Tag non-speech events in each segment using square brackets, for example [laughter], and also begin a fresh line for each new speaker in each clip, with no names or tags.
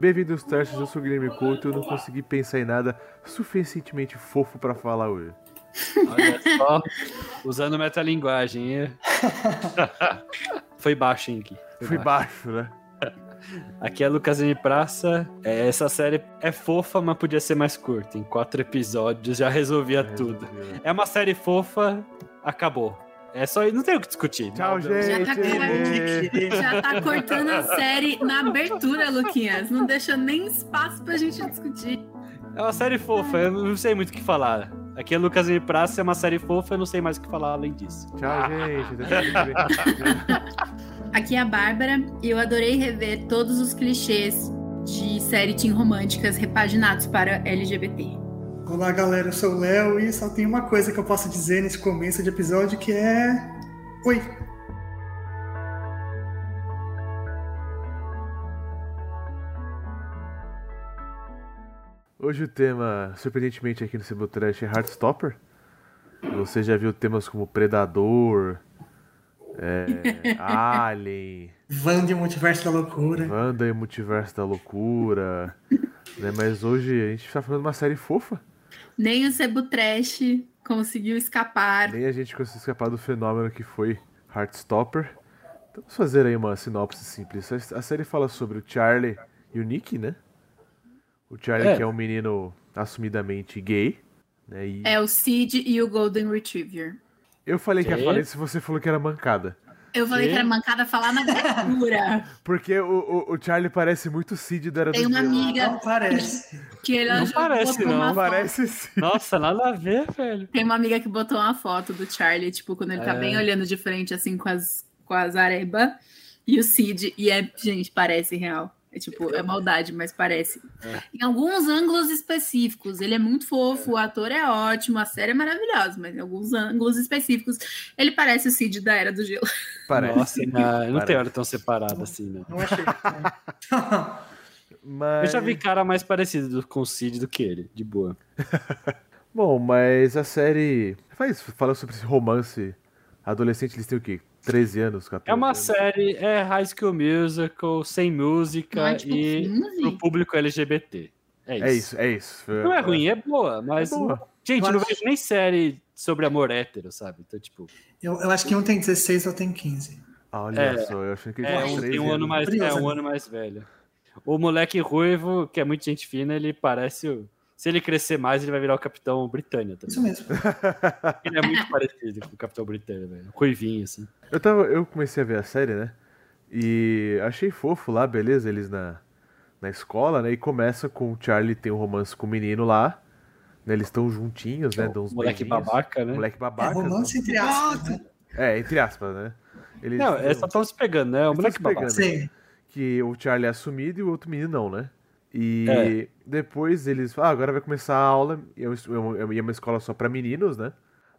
Bem-vindos, Tarsos. Eu sou o Guilherme Couto. Eu não consegui pensar em nada suficientemente fofo pra falar hoje.
Olha só, usando metalinguagem.
[laughs]
hein? Foi baixo, hein, Gui? Foi
Fui baixo,
baixo.
né?
Aqui é Lucas N. Praça. É, essa série é fofa, mas podia ser mais curta. Em quatro episódios já resolvia tudo. É uma série fofa, acabou. É só não tem o que discutir.
Tchau,
Nada.
gente.
Já tá
É.
Já tá cortando
[laughs]
a série na abertura, Luquinhas. Não deixa nem espaço pra gente discutir.
É uma série fofa, eu não sei muito o que falar. Aqui é Lucas N. Praça, é uma série fofa, eu não sei mais o que falar além disso.
Tchau, gente. Até semana
[laughs]
que vem.
Aqui é a Bárbara e eu adorei rever todos os clichês de série teen românticas repaginados para LGBT.
Olá galera, eu sou o Léo e só tem uma coisa que eu posso dizer nesse começo de episódio que é. Oi!
Hoje o tema, surpreendentemente aqui no Cebu Trash, é Heartstopper. Você já viu temas como Predador, é, Alien,
Van de Multiverso da Loucura.
Wanda e o Multiverso da Loucura. né? Mas hoje a gente tá falando de uma série fofa.
Nem o Sebo Trash conseguiu escapar.
Nem a gente conseguiu escapar do fenômeno que foi Heartstopper. Então, vamos fazer aí uma sinopse simples. A a série fala sobre o Charlie e o Nick, né? O Charlie,
É.
que é um menino assumidamente gay. Né? E
É o Cid e o Golden Retriever.
Eu falei que ia
Que?
falar isso, você falou que era mancada.
Eu falei
Quê?
que era mancada falar
[laughs]
na abertura.
Porque o, o, o Charlie parece muito o Cid da Era
Tem
do
uma
Gelo.
amiga
Não parece.
que ela
Não
jogou
parece,
pra
não.
uma foto.
Parece sim.
Nossa, nada a ver, velho.
Tem uma amiga que botou uma foto do Charlie, tipo, quando ele tá
É.
bem olhando de frente, assim, com as, com as areba. E o Cid, e é, gente, parece real. É tipo, é maldade, mas parece.
É.
Em alguns ângulos específicos, ele é muito fofo, o ator é ótimo, a série é maravilhosa, mas em alguns ângulos específicos, ele parece o Cid da Era do Gelo.
Parece.
Nossa, não, não tem
Parece.
hora tão separada assim, não.
[laughs]
Não achei.
Mas...
Eu já vi cara mais parecido com o Cid do que ele, de boa.
Bom, mas a série faz, fala sobre esse romance adolescente. Eles têm o quê? 13 anos, 14
É uma
anos.
série, é High School Musical, sem
Não
música
é tipo
e
15?
pro público LGBT. É isso.
É isso, é isso.
Não é ruim, é boa, mas.
boa.
Gente, eu não
Mas-
vejo nem série sobre amor hétero, sabe? Então, tipo,
Eu, eu acho que um tem 16, eu tenho 15.
Olha
É.
só, eu achei que ele
é
tinha
um,
13
tem um ano
anos.
mais, é
Curioso,
um
né?
ano mais velho. O moleque ruivo, que é muito gente fina, ele parece. o- Se ele crescer mais, ele vai virar o Capitão Britânia
Isso
também.
mesmo.
Ele é
[laughs]
muito parecido com o Capitão Britânia, velho. Ruivinho, assim.
Eu, tava, eu comecei a ver a série, né? E achei fofo lá, beleza, eles na, na escola, né? E começa com o Charlie tem um romance com o menino lá. Né? Eles estão juntinhos,
É,
né? Dão uns
moleque
beijinhos.
babaca, né?
Moleque
É
babaca.
romance entre aspas. né?
É, entre aspas, né? Eles
Não, é só tão se pegando, né? O
Eles tão
moleque
se
babaca.
Sim.
que o Charlie é assumido e o outro menino não, né? E
É.
depois eles falam, ah, agora vai começar a aula, e eu, eu, eu ia uma escola só pra meninos, né?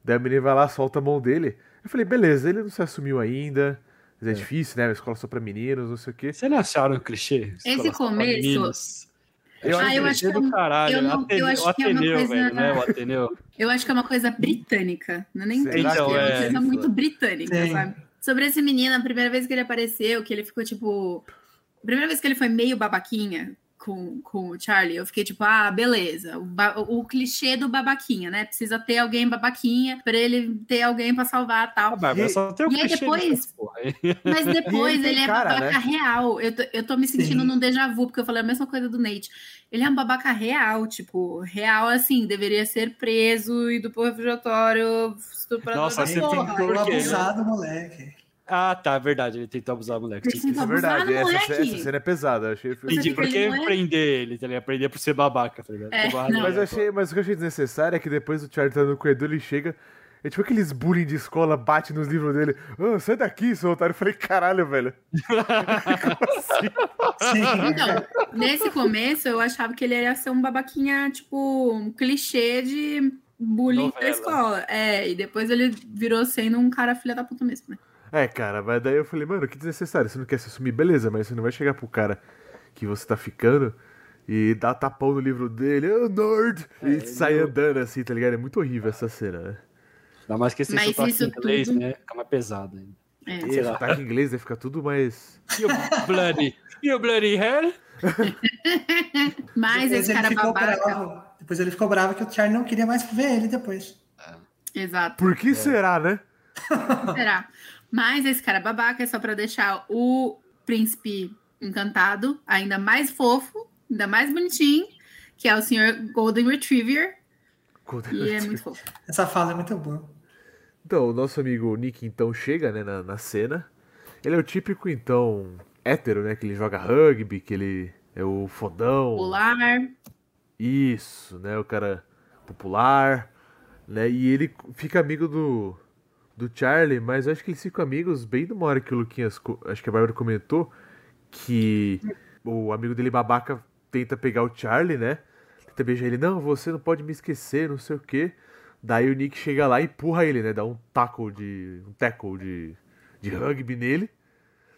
Daí a menina vai lá, solta a mão dele. Eu falei, beleza, ele não se assumiu ainda, mas é, difícil, né? Uma escola só pra meninos, não sei o quê.
Vocês não acharam o clichê? Escola só pra
começo-
meninos.
Eu
achei
Ah, eu
um
acho
clichê
que é
do
um-
caralho.
eu não-
Atene-
eu
o
acho que é uma
Ateneu,
coisa-
velho, né? O Ateneu.
Eu acho que é uma coisa britânica, não é nem
Será
brasileira,
que
é
é
uma coisa
isso?
muito britânica,
Sim.
sabe? Sobre esse menino, a primeira vez que ele apareceu, que ele ficou tipo. A primeira vez que ele foi meio babaquinha com, com o Charlie, eu fiquei tipo, ah, beleza. O, ba- o clichê do babaquinha, né? Precisa ter alguém babaquinha pra ele ter alguém pra salvar tal.
Ah, Bárbara,
E-
só tem o
e aí
clichê.
depois-
dessa porra, hein?
Mas
[laughs] E ele
depois
tem
ele é
cara,
babaca
né?
real. Eu tô, eu tô me sentindo
Sim.
num déjà vu, porque eu falei a mesma coisa do Nate. Ele é um babaca real, tipo, real assim, deveria ser preso e do refugiatório estuprador.
Nossa,
da
você
porra.
tem
Foi
Por
um
quê?
abusado, moleque.
Ah, tá, verdade. Ele tentou abusar o moleque.
Ele
Isso
tentou
é
tá Abusado,
verdade, essa,
moleque!
essa cena é pesada. eu Achei,
Entendi,
Você fica
por que
ali, não é?
prender ele? Tá ligado? Prender por ser babaca, tá ligado?
É,
Por barra
não.
mas,
dele.
eu achei, mas o que eu achei desnecessário é que depois o Charlie tá no corredor, ele chega. É tipo aqueles bullying de escola, bate nos livros dele. Ah, sai daqui, seu otário. Eu falei, caralho, velho.
Sim.
Então, nesse começo eu achava que ele ia ser um babaquinha, tipo, um clichê de bullying da
Novela.
escola. É, e depois ele virou sendo um cara filha da puta mesmo, né?
É, cara, mas daí eu falei, mano, que desnecessário. Você não quer se assumir, beleza, mas você não vai chegar pro cara que você tá ficando e dar tapão no livro dele, ô nerd!
É,
e
ele
sai
não-
andando assim, tá ligado? É muito horrível essa cena, né?
Ainda mais que esse
Mas
sotaque
isso
inglês,
tudo-
né? Fica mais pesado ainda.
É.
E o sotaque inglês, daí fica tudo mais.
E o Bloody? E o Bloody Hell?
Mas
Depois
esse cara
ficou
babaca.
bravo. Depois ele ficou bravo que o Charlie não queria mais ver ele depois.
Exato.
Por que será, né?
Será? Mas esse cara babaca é só pra deixar o príncipe encantado ainda mais fofo, ainda mais bonitinho, que é o senhor Golden Retriever. E é muito fofo.
Essa fala é muito boa.
Então, o nosso amigo Nick então chega, né, na, na cena. Ele é o típico, então, hétero, né? Que ele joga rugby, que ele é o fodão.
Polar.
Isso, né? O cara popular, né? E ele fica amigo do, do Charlie, mas eu acho que eles ficam amigos bem numa hora que o Luquinhas, co- acho que a Bárbara comentou, que o amigo dele babaca tenta pegar o Charlie, né? Tenta beijar ele, não, você não pode me esquecer, não sei o quê. Daí o Nick chega lá e empurra ele, né? Dá um taco de. um tackle de, de rugby nele.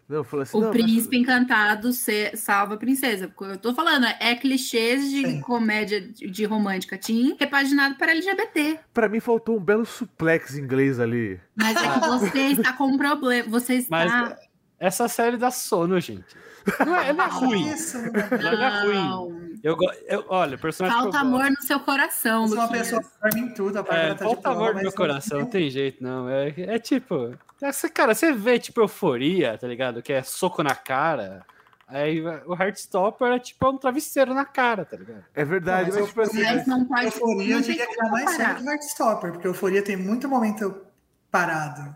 Não, fala assim,
O
"Não, mas-
príncipe encantado se- salva a princesa. Porque Eu tô falando, é clichês de
Sim.
comédia de de romântica teen repaginado para LGBT.
Pra mim faltou um belo suplex inglês ali.
Mas é que
Ah.
você está com um problema. Você está.
Mas é essa série dá sono, gente. Não é, ela é ruim.
Isso, mano.
Ela não é ruim.
Não.
Eu, go- eu, olha, o personagem. que eu
Falta
gosto-
amor no seu coração,
Eu sou uma
Luquinhas.
pessoa que dorme em tudo, a Bárbara
É,
tá de
falta
prova,
amor no
mas
meu coração, não tem jeito, não. É, é tipo. Essa, cara, você vê, tipo, euforia, tá ligado? Que é soco na cara. Aí o Heartstopper é tipo um travesseiro na cara, tá ligado?
É verdade, mas,
Não, mas eu-
tipo assim.
Mas é não pode.
Euforia
não
eu
tem
diria que
como
era mais sério
comparar.
que Heartstopper, porque Euforia tem muito momento parado.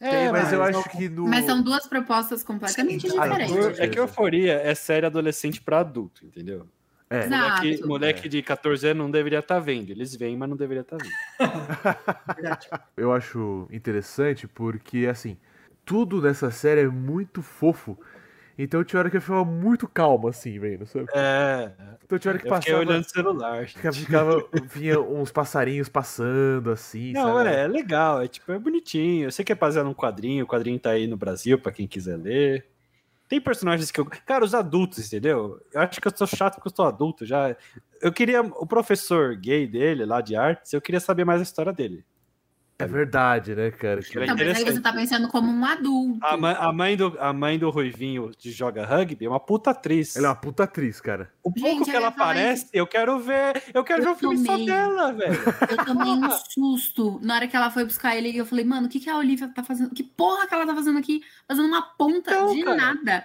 É,
Tem, mas eu
mas
acho
não-
que no.
É, Mas são duas propostas completamente
Sim, claro.
diferentes.
Duas-
Eu- É que euforia é série adolescente pra adulto, entendeu?
É.
Exato.
Moleque, moleque de 14 anos não deveria estar vendo. Eles veem, mas não deveria estar vendo.
Verdade.
Eu acho interessante porque, assim, tudo nessa série é muito fofo. Então tinha hora que eu ficava muito calmo, assim, velho. não sabe?
É.
Então tinha hora que
Eu fiquei
passava.
olhando o celular. gente.
Ficava, ficava- vinha uns passarinhos passando, assim,
Não,
sabe?
é, é legal, é tipo, é bonitinho. Eu sei que é baseado num quadrinho, o quadrinho tá aí no Brasil, pra quem quiser ler. Tem personagens que eu. Cara, os adultos, entendeu? Eu acho que eu sou chato porque eu sou adulto já. Eu queria. O professor gay dele, lá de artes, eu queria saber mais a história dele.
É verdade, né, cara?
Acho que era
Então, mas aí
interessante.
você tá pensando como um adulto.
A, mãe- a mãe do, a mãe do Ruivinho que joga rugby é uma puta atriz.
Ela é uma puta atriz, cara.
O pouco
Gente,
que
eu
ela
ia falar
aparece, eu quero ver. Eu quero
Eu
ver o filme só
também.
dela, velho.
Eu tomei um susto na hora que ela foi buscar ele. Eu falei, mano, o que, que a Olivia tá fazendo? Que porra que ela tá fazendo aqui? Fazendo uma ponta
Então,
de
cara.
nada.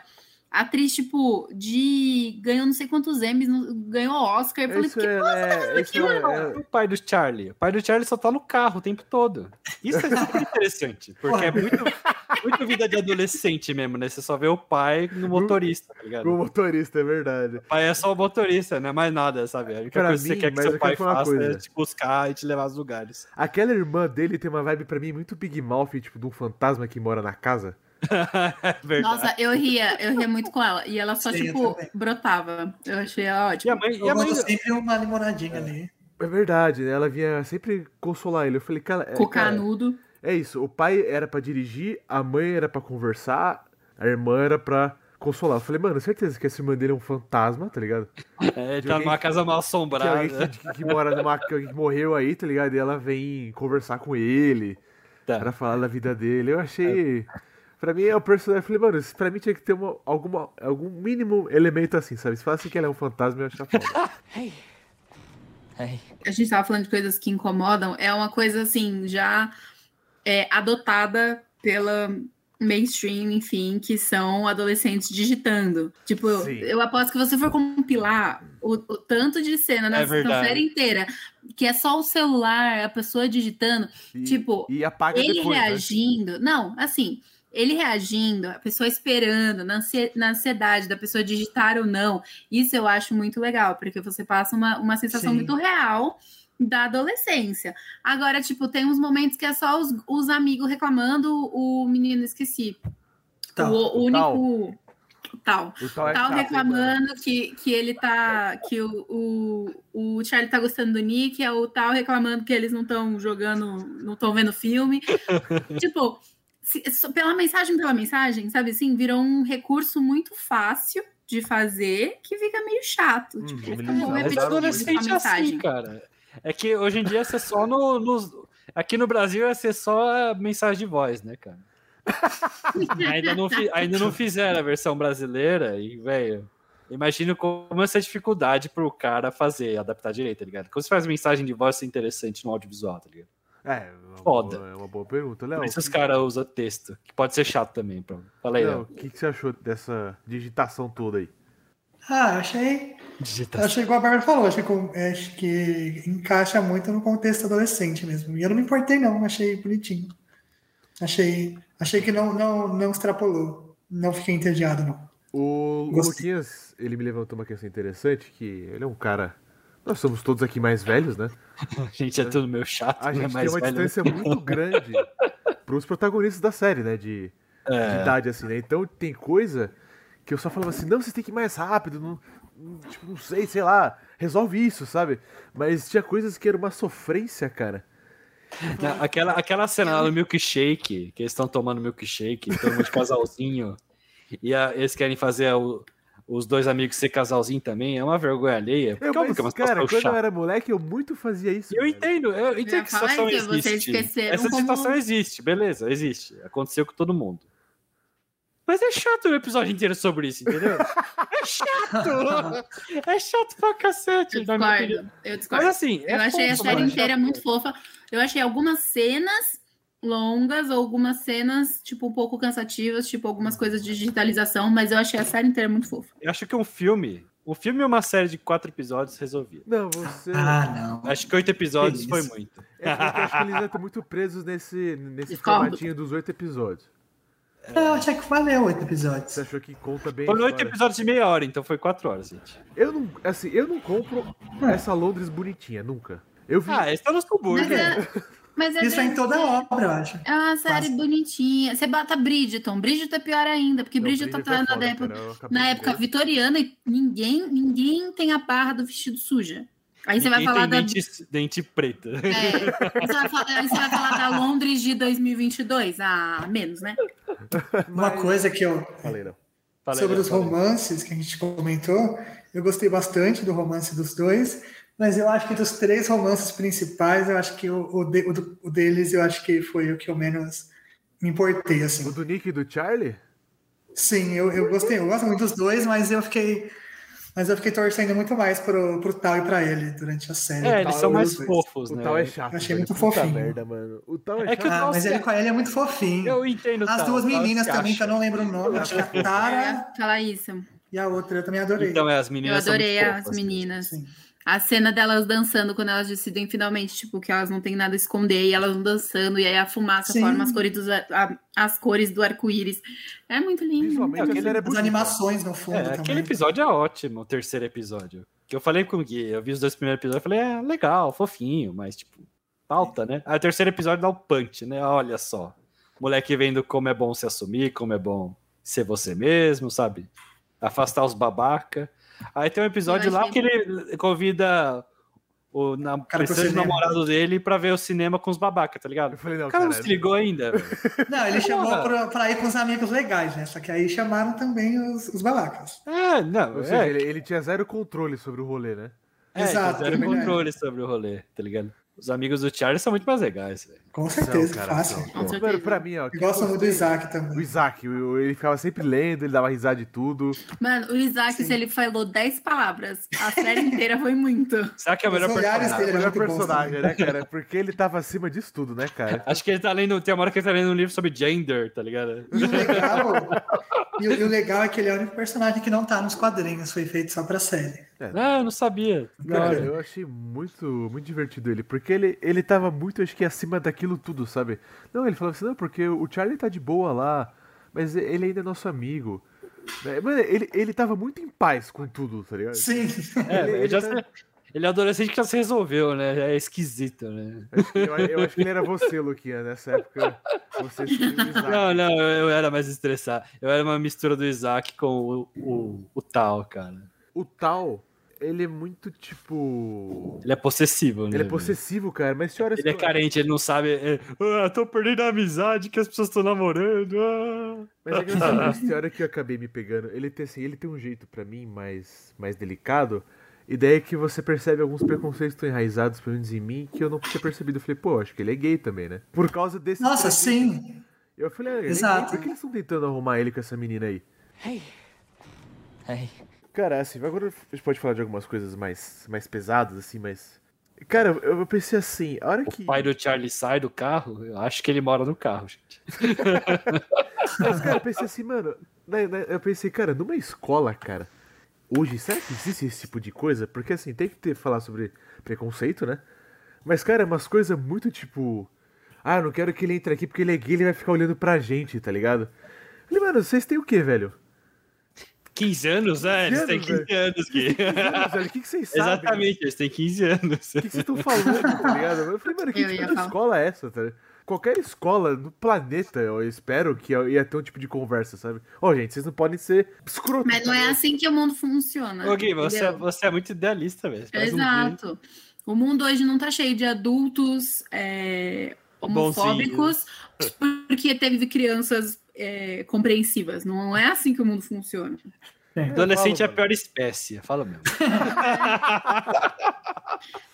Atriz, tipo, de. ganhou não sei quantos Emmys, não- ganhou Oscar. Eu falei,
Isso
que tá
é, é, isso
aqui,
é-
E O pai do Charlie. O pai do Charlie só tá no carro o tempo todo. Isso
[laughs]
é super interessante, porque é muito, muito vida de adolescente mesmo, né? Você só vê o pai no motorista, tá
é
ligado?
o
O
motorista, é verdade.
pai é só o motorista, não é mais nada, sabe? A única
Pra
coisa que
mim,
você quer que
mas eu
seu
quero
pai
falar uma
faça é
coisa.
te buscar e te levar aos lugares. [laughs]
Aquela irmã dele tem uma vibe pra mim muito Big Mouth, tipo, de um fantasma que mora na casa.
É verdade.
Nossa, eu ria, eu ria muito com ela. E ela só,
Sim, eu
tipo,
também.
brotava. Eu achei ela
E
ótima.
a mãe, e a
Eu
mãe
boto sempre uma limonadinha ali.
É verdade, né? Ela vinha sempre consolar ele. Eu falei, cara. é,
Com o
cara,
canudo.
É isso, o pai era pra dirigir, a mãe era pra conversar, a irmã era pra consolar. Eu falei, mano, certeza que essa irmã dele é um fantasma, tá ligado?
é,
de
tá
alguém
numa
que-
casa mal
Que, é
assombrada.
alguém que, que- que mora numa. que alguém que morreu aí, tá ligado? E ela vem conversar com ele,
Tá.
pra falar da vida dele. Eu achei. Pra mim é o personagem. Eu falei, mano, isso pra mim tinha que ter uma, alguma, algum mínimo elemento assim, sabe? Se falasse que ela é um fantasma, eu ia achar foda.
a gente tava falando de coisas que incomodam, é uma coisa assim, já é, adotada pela mainstream, enfim, que são adolescentes digitando. Tipo, eu,
Sim.
eu aposto que você for compilar o, o tanto de cena na
É verdade.
série inteira, que é só o celular, a pessoa digitando,
E,
Tipo,
e apaga
ele
depois. né?
reagindo. Não, assim, ele reagindo, a pessoa esperando, na ansie- na ansiedade da pessoa digitar ou não. Isso eu acho muito legal, porque você passa uma, uma sensação
Sim.
muito real da adolescência. Agora, tipo, tem uns momentos que é só os, os amigos reclamando, o menino, esqueci.
Tá.
o, o
o tal.
único. Tal
O tal é chato,
tal
hein, mano?
reclamando que, que ele tá. que o, o, o Charlie tá gostando do Nick, é o tal reclamando que eles não estão jogando, não estão vendo filme. tipo, se- so- pela mensagem, pela mensagem, sabe assim, virou um recurso muito fácil de fazer que fica meio chato.
Hum,
tipo,
vamos
fica meio
Não,
Mas
usaram
repetitivo
adolescente
a
é assim, cara. É que hoje em dia você só no, nos. Aqui no Brasil ia ser só mensagem de voz, né, cara?
[laughs]
ainda, não fi- ainda não fizeram a versão brasileira e, velho. Imagino como essa dificuldade pro cara fazer, adaptar direito, tá ligado? Como você faz mensagem de voz ser interessante no audiovisual, tá ligado?
É, é uma
Foda.
boa- é uma boa pergunta, Léo.
Por isso os caras usam texto, que pode ser chato também, pronto. né? Fala aí,
Léo,
Léo.
o que, que você achou dessa digitação toda aí?
Ah, achei.
Digitação.
Achei igual a Bárbara falou, acho que, com- é, acho que encaixa muito no contexto adolescente mesmo. E eu não me importei, não, achei bonitinho. Achei, achei que não, não, não extrapolou. Não fiquei entediado, não.
O
Gostei.
Luquinhas, ele me levantou uma questão interessante, que ele é um cara... Nós somos todos aqui mais velhos, né?
A gente é tudo meio chato,
A
né?
gente tem
Mais
uma
velho.
distância muito
[laughs]
grande pros protagonistas da série, né? De, de
É,
idade, assim, né? Então tem coisa que eu só falava assim, não, vocês têm que ir mais rápido, não, não- tipo, não sei, sei lá, resolve isso, sabe? Mas tinha coisas que era uma sofrência, cara.
na- aquela, aquela cena lá no milkshake, que eles estão tomando milkshake, todo mundo de casalzinho, e a- eles querem fazer o- os dois amigos ser casalzinho também, é uma vergonha alheia.
Eu,
Porque óbvio
mas,
que é uma
cara,
situação
quando
chata.
eu era moleque, eu muito fazia isso.
Eu
né?
cara.
entendo, eu entendo
ia
que
falar
situação
isso, vocês
existe.
esqueceram
Essa
como-
situação existe, beleza, existe. Aconteceu com todo mundo. Mas é chato o episódio inteiro sobre isso,
[laughs]
entendeu? é chato! É chato pra cacete,
Eu
na minha opinião.
discordo. Eu
Mas
discordo.
assim, é
eu achei a
fofo,
série
mano.
inteira muito fofa. Eu achei algumas cenas longas, ou algumas cenas, tipo, um pouco cansativas, tipo, algumas coisas de digitalização, mas eu achei a série inteira muito fofa.
Eu acho que um filme, um filme é uma série de quatro episódios resolvia.
Não, você.
Ah, não.
Acho que oito episódios
Que
foi
isso.
muito.
É porque eu acho que eles ainda estão muito presos nesse, nesse
Discordo.
formatinho dos oito episódios.
Não, achei que valeu oito
Você
episódios.
achou que conta bem. a
Foram oito
história?
episódios de meia hora, então foi quatro horas, gente.
Uhum.
Eu não. Assim, eu não compro essa Londres bonitinha, nunca. Eu vi.
Ah, eles estão nos subúrbios.
Mas é, mas é
Isso é em toda
desenho.
obra, eu acho.
É uma série
Fácil.
bonitinha. Você bota Bridgeton. Bridgeton é pior ainda, porque
Não,
Bridgeton tá
é
na,
foda,
época,
cara, eu acabei
na
de
época
ver.
vitoriana e ninguém, ninguém tem a barra do vestido suja. Aí você vai
Ninguém
falar
tem
da.
dente, dente preta.
é, aí você vai falar- aí você vai falar da Londres de 2022. Ah, menos, né?
Uma coisa que eu,
Falei, não.
É, Fala aí,
sobre
Léo,
os
fala aí.
romances que a gente comentou, eu gostei bastante do romance dos dois, mas eu acho que dos três romances principais, eu acho que o, o, de- o do- o deles eu acho que foi o que eu menos me importei,
O
assim.
do Nick e do Charlie?
Sim, eu, eu gostei, eu gosto muito dos dois, mas eu fiquei. Mas eu fiquei torcendo muito mais pro, pro tal e pra ele durante a série.
É,
O
eles
Tal
são
e
mais
os dois.
fofos,
O
né?
tal é chato.
Eu achei
velho.
muito
Puta
fofinho.
merda, mano. O tal é,
É que o
chato.
Ah, mas ele com a ele é muito fofinho.
Eu entendo.
As
tá,
duas
tá,
meninas
se
também, que
acha.
eu não lembro o nome, acho que a Tara
É, falar isso.
e a outra, eu também adorei.
Então, é, as
Eu
meninas. são muito
adorei as
fofas mesmo.
meninas.
Sim.
A cena delas dançando quando elas decidem finalmente, tipo, que elas não têm nada a esconder e elas vão dançando, e aí a fumaça
Sim.
forma as cores, dos ar- a- as cores do arco-íris. É muito lindo.
Visualmente
Aquele-
a série é
As
bonita.
animações no fundo
É,
também.
aquele episódio é ótimo, o terceiro episódio. Que eu falei com o Gui, eu vi os dois primeiros episódios e falei, é legal, fofinho, mas tipo, falta, né? Aí o terceiro episódio dá o punch, né? Olha só. Moleque vendo como é bom se assumir, como é bom ser você mesmo, sabe? Afastar os babaca. Aí tem um episódio
Eu
lá
achei
que ele convida o na,
Cara pro
precioso
cinema.
namorado dele pra ver o cinema com os babaca, tá ligado?
Eu falei, não,
O cara
cara.
não se ligou ainda. velho.
Não, ele chamou
Porra.
pra, pra ir com os amigos legais, né? Só que aí chamaram também os, os
[laughs]
babacas.
É, não.
Ou
é,
seja, ele, ele tinha zero controle sobre o rolê, né?
É,
Exato,
Exato, zero
é verdade.
controle sobre o rolê, tá ligado? Os amigos do Charlie são muito mais legais, velho.
Com certeza,
cara,
fácil.
são.
Com certeza.
Mano, pra mim, ó. tipo,
Eu gosto muito do Isaac
O
também.
Isaac, o- ele ficava sempre lendo, ele dava risada de tudo.
Mano, o Isaac,
Sim.
se ele falou 10 palavras, a
[laughs]
série inteira foi muito.
Será que é o
Os
melhor
olhares
personagem?
Ele
Ele
era o
era
melhor
muito bom,
personagem, né, cara? Porque ele tava acima disso tudo, né, cara?
Acho que ele tá lendo. Tem uma hora que ele tá lendo um livro sobre gender, tá ligado?
E o, legal, e, o, e o legal é que ele é o único personagem que não tá nos quadrinhos, foi feito só pra série.
Ah, eu não sabia. Da
Cara,
hora.
eu achei muito, muito divertido ele, porque ele, ele tava muito, acho que, acima daquilo tudo, sabe? Não, ele falava assim, não, porque o Charlie tá de boa lá, mas ele ainda é nosso amigo. É, Mano, ele, ele tava muito em paz com tudo, tá ligado?
Sim,
É,
ele-
velho,
ele
já
tá-
se- ele é adolescente que já se resolveu, né? É esquisito, né?
Eu, eu acho que ele era você, Luquinha, nessa época. Você se
Não, não, eu eu era mais estressado. Eu era uma mistura do Isaac com o, o, o Tal, cara.
O tal, ele é muito, tipo...
Ele é possessivo, né?
Ele é
velho?
possessivo, cara, mas senhoras...
Ele é carente, ele não sabe. é, ah, tô perdendo a amizade que as pessoas estão namorando. ah."
Mas é engraçado,
[laughs]
isso, tem hora que eu acabei me pegando. Ele tem, assim, ele tem um jeito pra mim mais, mais delicado. E daí é que você percebe alguns preconceitos tão enraizados, pelo menos em mim, que eu não tinha percebido. Eu falei, pô, acho que ele é gay também, né? Por causa desse.
nossa, sim.
Eu falei, ah, ele é gay,
Exato.
por que eles estão tentando arrumar ele com essa menina aí?
Hey. Hey.
Cara, assim, agora a gente pode falar de algumas coisas mais, mais pesadas, assim, mas. Cara, eu eu pensei assim, a hora que.
O pai do Charlie sai do carro, eu acho que ele mora no carro, gente.
Mas, cara, eu pensei assim, mano. né, né, eu pensei, cara, numa escola, cara, hoje, será que existe esse tipo de coisa? Porque, assim, tem que ter, falar sobre preconceito, né? Mas, cara, umas coisas muito tipo. Ah, eu não quero que ele entre aqui porque ele é gay, ele vai ficar olhando pra gente, tá ligado? Eu Falei, mano, vocês têm o quê, velho?
15 anos, né? Eles têm
15 anos, né?
15 anos, Gui.
Mano, velho, o que, que vocês sabem?
Exatamente, eles têm 15 anos.
O que que vocês estão falando, tá ligado? Eu falei, mano, que
Eu ia
tipo de
falar.
escola é essa, tá ligado? Qualquer escola no planeta, eu espero que eu ia ter um tipo de conversa, sabe? Ô, gente, vocês não podem ser escroto.
Mas não é assim que o mundo funciona.
Ô, Gui, você,
entendeu?
você é muito idealista mesmo. Faz um dia-
Exato. O mundo hoje não tá cheio de adultos é, homofóbicos porque teve crianças é, compreensivas. Não é assim que o mundo funciona.
Adolescente
Eu
é a
falo,
pior espécie, fala mesmo.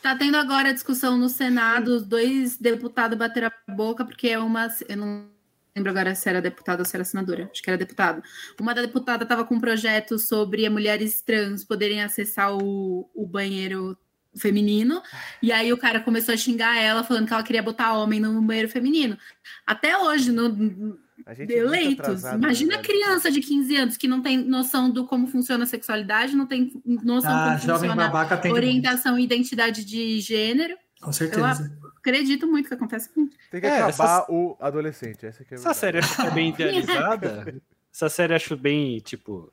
Tá tendo agora a discussão no Senado, os dois deputados bateram a boca, porque é uma. Eu não lembro agora se era deputada ou se era senadora, acho que era deputada. Uma da deputada estava com um projeto sobre mulheres trans poderem acessar o, o banheiro feminino, e aí o cara começou a xingar ela, falando que ela queria botar homem no banheiro feminino. Até hoje, no,
A gente é muito
Deleitos.
atrasado,
Imagina
né,
a
velho?
criança de 15 anos que não tem noção do como funciona a sexualidade, não tem noção
Ah,
como
jovem
funciona
babaca tem.
orientação e identidade de gênero.
Com certeza.
Acredito muito que acontece com
Tem que
É,
acabar
essas-
o adolescente. Essa que é a
Essa
verdade.
série acho que é bem idealizada. Essa série acho bem, tipo.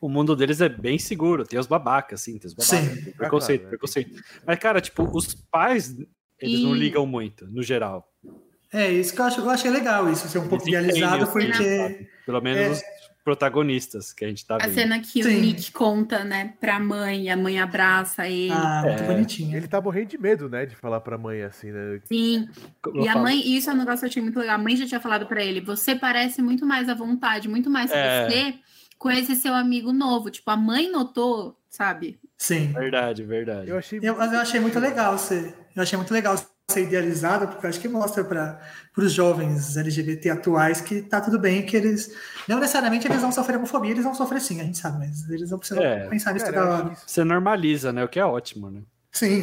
O mundo deles é bem seguro. Tem os babacas, sim, tem os babacas.
Sim.
tem preconceito,
Ah, claro, né?
preconceito. Mas, cara, tipo, os pais, eles não
E-
ligam muito, no geral.
É, isso que eu acho, eu achei legal isso, ser um pouco
Eles entendem
idealizado,
o que eles
porque.
fazem. Pelo menos
É.
os protagonistas que a gente tá
a
vendo.
cena que
Sim.
o Nick conta, né, pra mãe, e a mãe abraça ele.
Ah, muito
É.
bonitinho.
Ele tá morrendo de medo, né, de falar pra mãe assim, né?
Sim.
Como eu
E a
falo,
mãe, e isso é um negócio que eu achei muito legal. A mãe já tinha falado pra ele: você parece muito mais à vontade, muito mais
É.
você com esse seu amigo novo. Tipo, a mãe notou, sabe?
Sim.
Verdade, verdade.
Eu achei.
Eu, mas eu achei muito legal ser. Eu achei muito legal ser idealizado, porque eu acho que mostra para os jovens LGBT atuais que tá tudo bem, que eles. Não necessariamente eles vão sofrer homofobia, eles vão sofrer sim, a gente sabe, mas eles não precisam
É.
pensar nisso
Cara,
toda
eu
hora.
acho que isso-
Você normaliza, né? O que é ótimo, né?
Sim,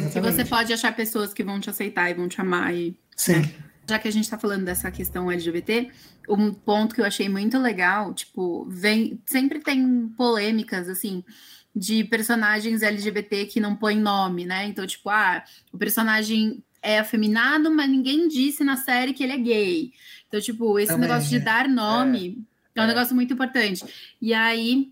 Que você
exatamente.
pode achar pessoas que vão te aceitar e vão te amar e
Sim.
já que a gente tá falando dessa questão LGBT, um ponto que eu achei muito legal, tipo, vem, sempre tem polêmicas, assim, de personagens LGBT que não põem nome, né? Então, tipo, ah, o personagem é afeminado, mas ninguém disse na série que ele é gay. Então, tipo, esse
Também,
negócio de
né?
dar nome é, um
é.
negócio muito importante. E aí,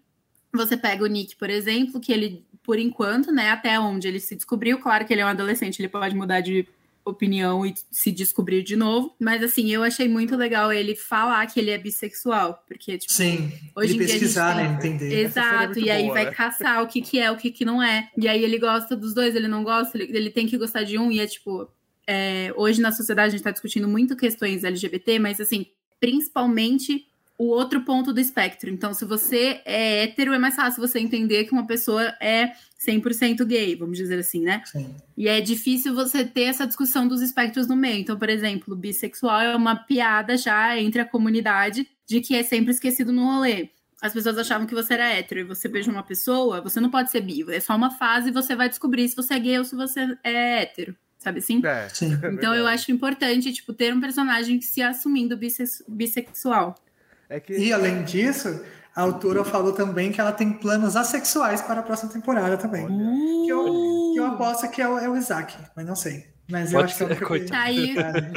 você pega o Nick, por exemplo, que ele, por enquanto, né, até onde ele se descobriu, claro que ele é um adolescente, ele pode mudar de opinião e se descobrir de novo. Mas assim, eu achei muito legal ele falar que ele é bissexual, porque tipo,
Sim.
hoje em dia
de
a gente
pesquisar,
tem-
né? Entender.
Essa série é
Exato,
muito
e aí
boa,
vai
né?
caçar o que que é, o que que não é. E aí ele gosta dos dois, ele não gosta, ele, ele tem que gostar de um, e é tipo... é, hoje na sociedade a gente tá discutindo muito questões LGBT, mas assim, principalmente o outro ponto do espectro. Então, se você é hétero, é mais fácil você entender que uma pessoa é 100% gay, vamos dizer assim, né?
Sim.
E é difícil você ter essa discussão dos espectros no meio. Então, por exemplo, bissexual é uma piada já entre a comunidade de que é sempre esquecido no rolê. As pessoas achavam que você era hétero e você beija uma pessoa, você não pode ser bi. É só uma fase e você vai descobrir se você é gay ou se você é hétero. Sabe assim?
É,
Sim.
é
Então eu
verdade.
acho importante, tipo, ter um personagem que se assumindo bisse- bissexual.
É que.
E além disso, a autora falou também que ela tem planos assexuais para a próxima temporada também.
Olha.
Que eu, que eu aposto que é o, é o Isaac, mas não sei. Mas eu
Pode
acho que é o
ser,
único que-
coitado.
Tá aí,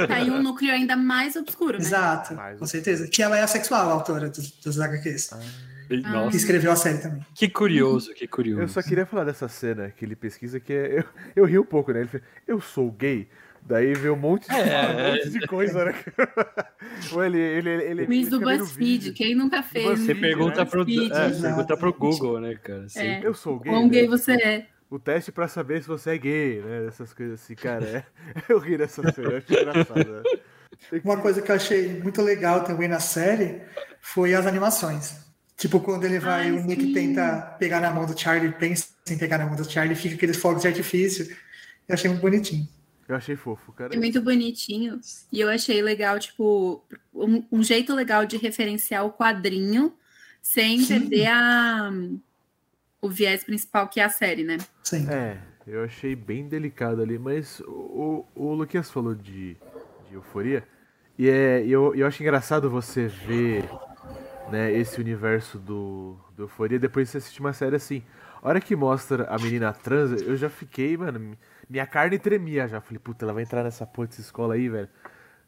tá aí um núcleo ainda mais obscuro, né?
Exato,
Mais
com
um.
certeza. Que ela é assexual, a autora dos, dos HQs.
E-
Ah.
Que
Nossa,
escreveu a série também.
que curioso, que curioso.
Eu só queria falar dessa cena que ele pesquisa, que é, eu, eu ri um pouco, né? Ele fala, eu sou gay. Daí vê um monte de, [laughs]
É.
um monte de coisa, né? [laughs] Ou ele, ele, ele, ele,
Quiz
ele
do
fica vendo
BuzzFeed,
vídeo.
quem nunca fez? um
Você
BuzzFeed,
vídeo
pergunta
né?
pro,
BuzzFeed?
é,
Exato.
pergunta pro Google, né, cara? Sim.
É.
Eu sou gay.
Quão
né?
gay você é?
O teste pra saber se você é gay, né? Essas coisas assim, cara. É... [laughs] Eu ri dessa cena, eu acho engraçado. né?
Uma coisa que eu achei muito legal também na série foi as animações. Tipo, quando ele vai,
Ai,
o Nick
sim.
tenta pegar na mão do Charlie, pensa em pegar na mão do Charlie, fica aqueles fogos de artifício. Eu achei muito bonitinho.
Eu achei fofo, cara.
É muito bonitinho. E eu achei legal, tipo, um, um jeito legal de referenciar o quadrinho sem
Sim.
perder a, o viés principal que é a série, né?
Sim.
É, eu achei bem delicado ali, mas o, o Luquinhas falou de, de euforia. E é, e eu, eu acho engraçado você ver né, esse universo do, do euforia depois de você assistir uma série assim. A hora que mostra a menina trans, eu já fiquei, mano. Minha carne tremia já. Falei, puta, ela vai entrar nessa porra dessa escola aí, velho.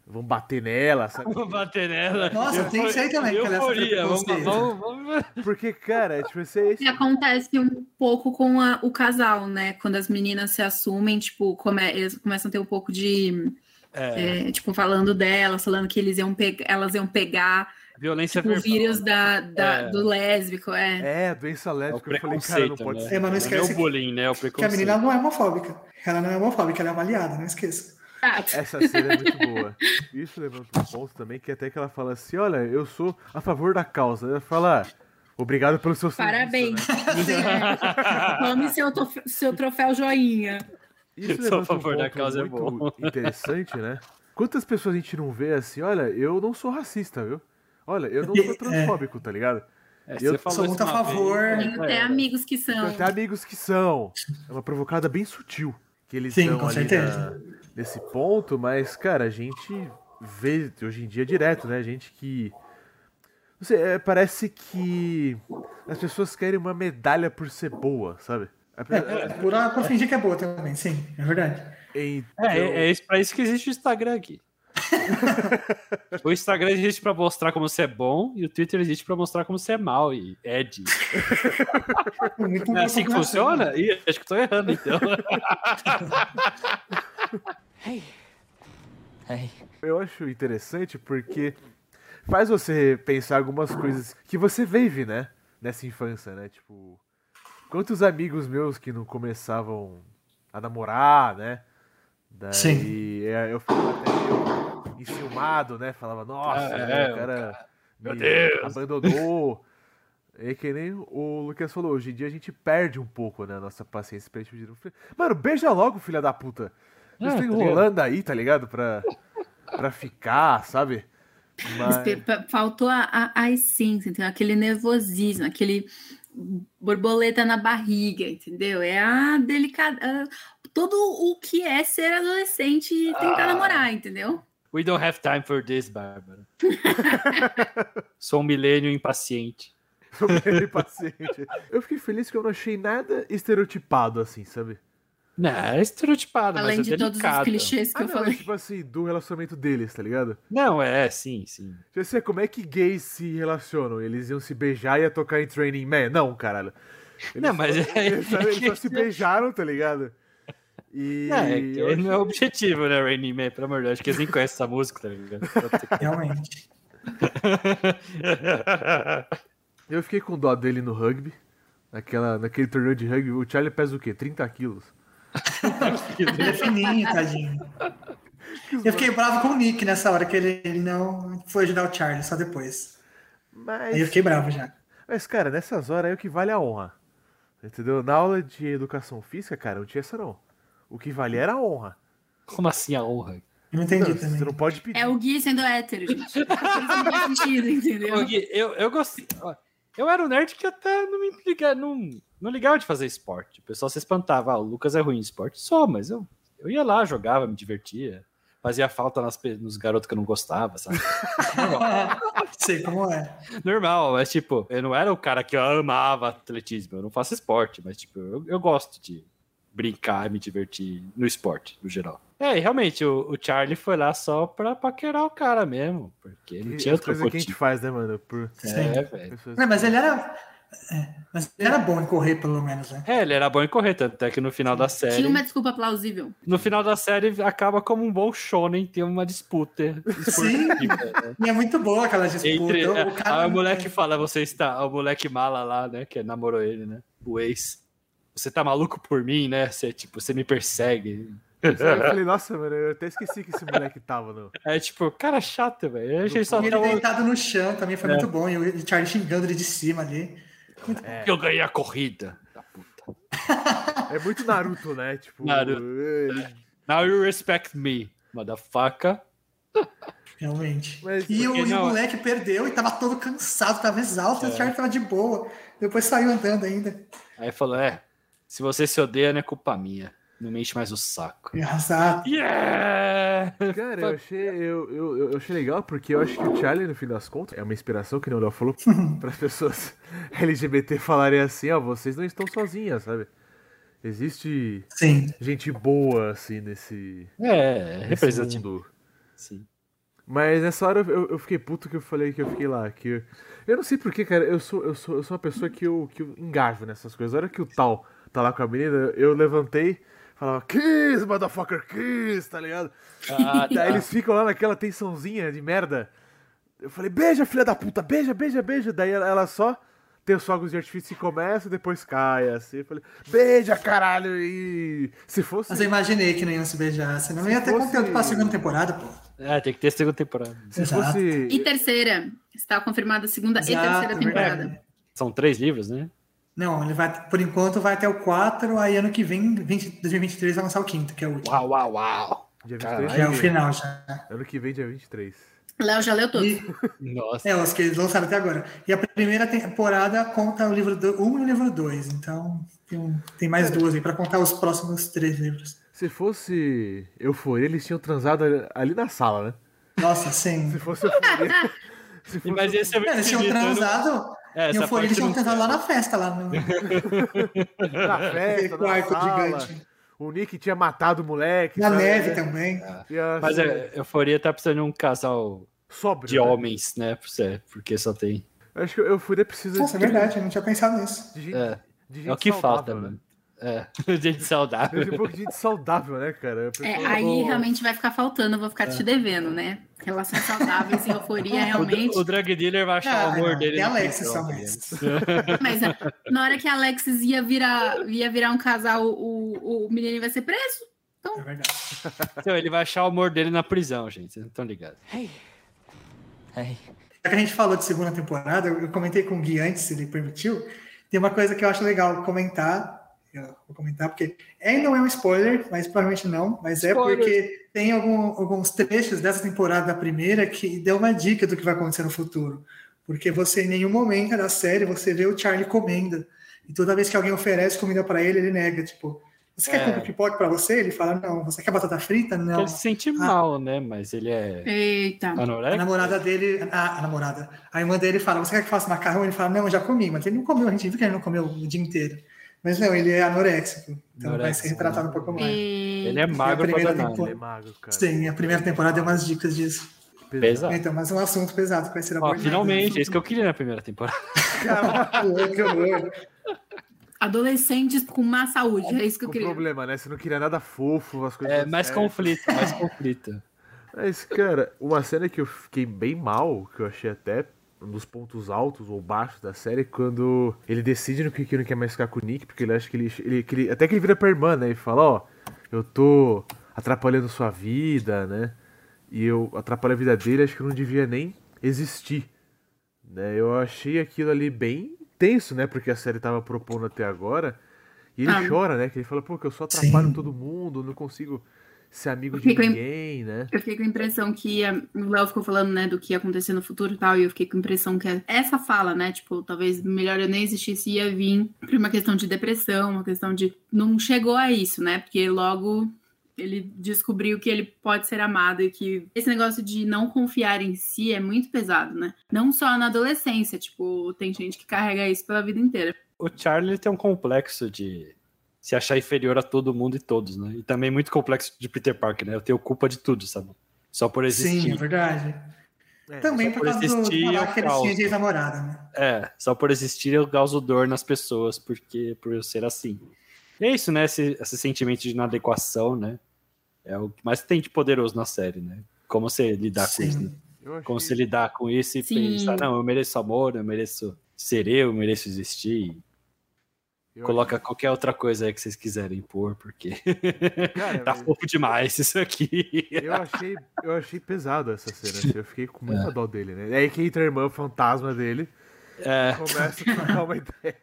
Vão bater nela, sabe?
Vamos bater nela.
Nossa,
Eu
tem isso aí também, cara, essa
Euforia, vamos,
preconceito.
vamos, vamos.
Porque, cara, tipo, você
E acontece um pouco com a- o casal, né? Quando as meninas se assumem, tipo, come- eles começam a ter um pouco de.
É,
é, tipo, falando delas, falando que eles iam pe- elas iam pegar
violência
tipo, o
verbal.
vírus da, da-
É.
do lésbico, é.
É, doença
É o
lésbica. eu falei, cara, não
preconceito,
pode
né?
ser.
É, mas não
é
esquece
o
que-
bullying, né? O
Porque a
preconceito.
menina não é homofóbica. Ela não é homofóbica, ela é uma aliada, não esqueça.
Exato.
Essa cena é muito boa. Isso levanta um ponto também, que até que ela fala assim, olha, eu sou a favor da causa. Ela fala, "Ah, obrigado pelo seu serviço,
Parabéns.
né?
É. Tome seu, tof- seu troféu joinha.
Isso
Sou a
levanta um
favor da
ponto
causa, é [laughs]
muito interessante, né? Quantas pessoas a gente não vê assim, olha, eu não sou racista, viu? Olha, eu não sou transfóbico, tá ligado?
[laughs] É,
Eu
você falou
sou
isso
muito a
uma vez,
favor.
né?
Tenho até amigos que
Tem
são.
até amigos que são. É uma provocada bem sutil que eles
Sim,
dão
com
ali
certeza.
na- nesse ponto, mas, cara, a gente vê hoje em dia direto, né? Gente que. Não sei, é, parece que as pessoas querem uma medalha por ser boa, sabe? A pe-
É, por, por fingir que é boa também, sim,
[laughs]
é verdade.
Então,
É, é, é isso, pra isso que existe o Instagram [laughs] aqui. o Instagram existe pra mostrar como você é bom e o Twitter existe pra mostrar como você é mal e Ed.
Muito
Não é assim que
bom.
funciona? Ih, acho que tô errando, então. [laughs]
Eu acho interessante porque faz você pensar algumas coisas que você vive, né? Nessa infância, né? Tipo, quantos amigos meus que não começavam a namorar, né? Daí
Sim.
é, eu ficava até meio enciumado, né? Falava, nossa,
Ah,
né,
é,
o cara
meu
me
Deus.
abandonou. É que nem o Lucas falou, hoje em dia a gente perde um pouco, né? A nossa paciência pra gente. Mano, beija logo, filha da puta.
É,
Vocês estão
tá ligado?
enrolando aí, tá ligado? Pra, pra ficar, sabe? Mas,
Espe- pa- Faltou a, a, a essência, entendeu? aquele nervosismo, aquele borboleta na barriga, entendeu? É a delicada. Todo o que é ser adolescente e tentar
Ah.
namorar, entendeu?
We don't have time for this,
[laughs]
Bárbara. Sou um milênio impaciente.
[laughs] sou meio impaciente. Eu fiquei feliz que eu não achei nada estereotipado, assim, sabe?
Não, é estereotipado,
Além
mas é
de todos os
delicado.
clichês que
Ah,
eu
não, é
falei.
tipo assim, do relacionamento deles, tá ligado?
Não, é, sim, sim.
Tipo assim, como é que gays se relacionam? Eles iam se beijar e ia tocar em Training Man? Não, caralho. Eles
não, mas é.
Eles, sabe, eles só se beijaram, tá ligado? E.
Não, é, que
eu
não é
achei-
o objetivo, né, Rainy Man? Pelo amor de Deus, acho que eles nem conhecem essa música, tá ligado?
Realmente.
[laughs] Eu fiquei com dó dele no rugby. Naquela, naquele torneio de rugby. O Charlie pesa o quê? 30 quilos?
Ele é fininho, tadinho. Eu fiquei bravo com o Nick nessa hora que ele, ele não foi ajudar o Charlie, só depois. Aí eu
Mas,
fiquei bravo já.
mas, cara, nessas horas é o que vale a honra. Entendeu? Na aula de educação física, cara, não tinha essa não. O que valia era a honra.
Como assim a honra?
Eu não
Não,
entendi também.
você não pode pedir.
É o Gui sendo hétero, gente. Isso não faz sentido,
Ô,
entendeu?
Gui, eu, eu gostei. ó, Eu era um nerd que até não me ligava, não, não ligava de fazer esporte. O pessoal se espantava. Ah, o Lucas é ruim em esporte. Só, mas eu, eu ia lá, jogava, me divertia. Fazia falta nas pe- nos garotos que eu não
[laughs]
gostava, sabe?
Sei como [laughs] é.
Normal, mas tipo, eu não era o cara que amava atletismo. Eu não faço esporte, mas tipo, eu, eu gosto de brincar e me divertir no esporte, no geral. É, e realmente, o, o Charlie foi lá só pra paquerar o cara mesmo. Porque não
E
tinha
As
outro
coisas que a gente
motivo.
faz, né, mano? Por
Sim.
É, velho.
pessoas.
Não, mas ele era. é, mas ele era bom em correr, pelo menos, né?
É, ele era bom em correr, tanto é que no final da série.
Tinha uma desculpa plausível.
No final da série acaba como um bom shonen, tem uma disputa.
Sim.
esportiva, né?
E é muito boa aquela disputa.
Entre,
o cara-
aí o moleque fala, você está. é O moleque mala lá, né? Que namorou ele, né? O ex. Você tá maluco por mim, né? Você, tipo, você me persegue.
[laughs] Eu falei, nossa, mano, eu até esqueci que esse moleque tava, não.
É tipo, cara chato, velho. Eu achei só
E ele
tão-
deitado no chão também
É.
foi muito bom. E o Charlie xingando ele de cima ali.
que eu ganhei a corrida. Da puta.
É muito Naruto, né? Tipo,
Naruto.
ele-
Now you respect me, motherfucker.
Realmente.
Mas
E, o,
porque
e o
não-
moleque perdeu e tava todo cansado, tava exausto,
É.
o Charlie tava de boa. Depois saiu andando ainda.
Aí falou: é, se você se odeia, não é culpa minha. Não me enche mais o saco.
Exato.
Yeah!
Cara, eu achei, eu, eu, eu- eu achei legal porque eu acho que o Charlie, no fim das contas, é uma inspiração que o Léo
[laughs]
falou para as pessoas [laughs] LGBT falarem assim, ó, vocês não estão sozinhas, sabe? Existe
Sim.
gente boa, assim, nesse,
É,
nesse
representativo.
mundo.
Sim.
Mas nessa hora eu- eu, eu fiquei puto que eu falei que eu fiquei lá. Que eu, eu não sei porquê, cara. Eu sou, eu, sou, eu sou uma pessoa que eu, que eu engajo nessas coisas. A hora que o tal tá lá com a menina, eu levantei, falava, Kiss, motherfucker, Kiss, tá ligado?
Ah,
[laughs] Daí
tá.
eles ficam lá naquela tensãozinha de merda. Eu falei, beija, filha da puta, beija, beija, beija. Daí ela, ela só tem os fogos de artifício e começa e depois cai, assim. Eu falei, beija, caralho. E se fosse.
Mas é eu imaginei que não iam se beijar, senão ia ter
fosse-
conteúdo pra segunda temporada, pô.
É, tem que ter segunda temporada.
se fosse.
E terceira. Está confirmada a segunda e terceira temporada.
é verdade.
São três livros, né?
Não, ele vai, por enquanto, vai até o 4, aí ano que vem, 20, 2023, vai lançar o quinto, que é o último.
Uau, uau, uau.
Dia
Caralho.
23
Que é o
de-
final já.
Ano que vem, dia 23.
Léo já leu todos.
E-
Nossa.
é, os que eles lançaram até agora. E a primeira temporada conta o livro 1 um e o livro 2, então tem, um- tem mais duas aí pra contar os próximos três livros.
Se fosse euforia, eles tinham transado ali- ali na sala, né?
Nossa,
[laughs]
sim.
Se fosse
[laughs]
euforia. se fosse-
Imagina se eu
É, Eles tinham transado,
né? É,
e
essa
eu fui, eles
parte
tinham
não-
transado lá na festa, lá no
na festa, É, na
quarto
sala. é.
gigante.
O Nick tinha matado o moleque.
Na
sabe?
neve então. também.
E a-
Mas é, Euforia tá precisando de um casal
Sóbrio.
de
né?
homens, né? por ser- Porque só tem.
Acho que eu fui precisa
Nossa, é
de,
verdade, eu não tinha pensado nisso.
de gente,
É.
de gente
É o que
saudável,
falta,
né?
mano. É, [laughs] gente saudável.
Eu tinha um pouco de gente saudável, né, cara? Eu pensei,
É, aí
pô,
realmente vai ficar faltando, eu vou ficar te
É.
devendo, né? Relações saudáveis e
[laughs]
euforia, realmente.
O, o drug dealer vai achar
Ah,
o amor dele.
tem
no
Alexis
pessoal,
só
tá
mais.
Mas né, na hora que a Alexis ia virar, ia virar um casal, o, o menino vai ser preso.
É verdade.
ligado? Então, ele vai achar o amor dele na prisão, gente. Vocês não estão ligados.
Já que a gente falou de segunda temporada, eu eu comentei com o Gui antes, se ele permitiu. Tem uma coisa que eu acho legal comentar. Eu vou comentar porque é, não é um spoiler, mas provavelmente não. Mas é
Spoiler.
porque tem algum- alguns trechos dessa temporada da primeira que deu uma dica do que vai acontecer no futuro. Porque você, em nenhum momento da série, você vê o Charlie comendo. E toda vez que alguém oferece comida pra ele, ele nega. Tipo, você
É.
quer comer pipoca pra você? Ele fala, não. Você quer batata frita? Não. Ah.
Ele se sente mal, né? Mas ele é
Eita.
A
anorexico.
namorada dele, a, a namorada, a irmã dele fala: Você quer que eu faça macarrão? Ele fala: Não, eu já comi, mas ele não comeu, a gente viu que ele não comeu o dia inteiro. Mas não, ele é anoréxico, então vai
Anoréxico,
ser retratado um pouco mais.
E-
Ele é magro pra
primeira
danar.
Ele é
né?
magro, cara.
Sim, a primeira temporada deu umas dicas disso.
Pesado.
Então, mas é um assunto pesado que vai ser
Tá. Ó,
abordado. [laughs] Ah,
finalmente, é isso que eu queria na primeira temporada. [laughs]
Que horror.
Adolescentes com má saúde, é isso que eu
O
queria.
problema, né? Você não queria nada fofo, as coisas.
É, mais
sérias.
conflito, mais conflito.
Mas, cara, uma cena que eu fiquei bem mal, que eu achei até um dos pontos altos ou baixos da série, é quando ele decide no que que ele não quer mais ficar com o Nick, porque ele acha que ele. ele- que ele- até que ele vira pra irmã, né? E fala, ó, eu tô atrapalhando sua vida, né? E eu atrapalho a vida dele, acho que eu não devia nem existir. Né? Eu achei aquilo ali bem tenso, né? Porque a série tava propondo até agora. E ele
Ah.
chora, né? Que ele fala, pô, que eu só atrapalho
Sim.
todo mundo, não consigo ser amigo de
Porque ele-
ninguém, né?
Eu fiquei com a impressão que eh, o Léo ficou falando, né, do que ia acontecer no futuro e tal, e eu fiquei com a impressão que essa fala, né, tipo, talvez melhor eu nem existisse ia vir por uma questão de depressão, uma questão de. Não chegou a isso, né, porque logo ele descobriu que ele pode ser amado e que esse negócio de não confiar em si é muito pesado, né? Não só na adolescência, tipo, tem gente que carrega isso pela vida inteira.
O Charlie ele tem um complexo de se achar inferior a todo mundo e todos, né? E também muito complexo de Peter Parker, né? Eu tenho culpa de tudo, sabe? Só por
Sim,
existir.
é verdade.
É,
Também
só
por
por
causa do,
existir, é
do falar que
eu
eles tinham
causo.
de ex-namorada, né?
É, só por existir eu causo dor nas pessoas, porque por eu ser assim. E é isso, né? Esse, esse sentimento de inadequação, né? É o que mais tem de poderoso na série, né? Como você lidar com
Sim.
isso. Né?
Eu achei-
Como você lidar com isso e
Sim.
pensar, não, eu mereço amor, eu mereço ser eu, eu mereço existir.
eu
Coloca qualquer outra coisa aí que vocês quiserem pôr, porque
achei- cara,
[laughs] tá
eu-
fofo demais isso aqui.
eu achei, eu achei pesado essa cena. assim, Eu fiquei com muita dó dele, né? Aí que entra a irmã fantasma dele.
É,
Começa a trocar uma ideia.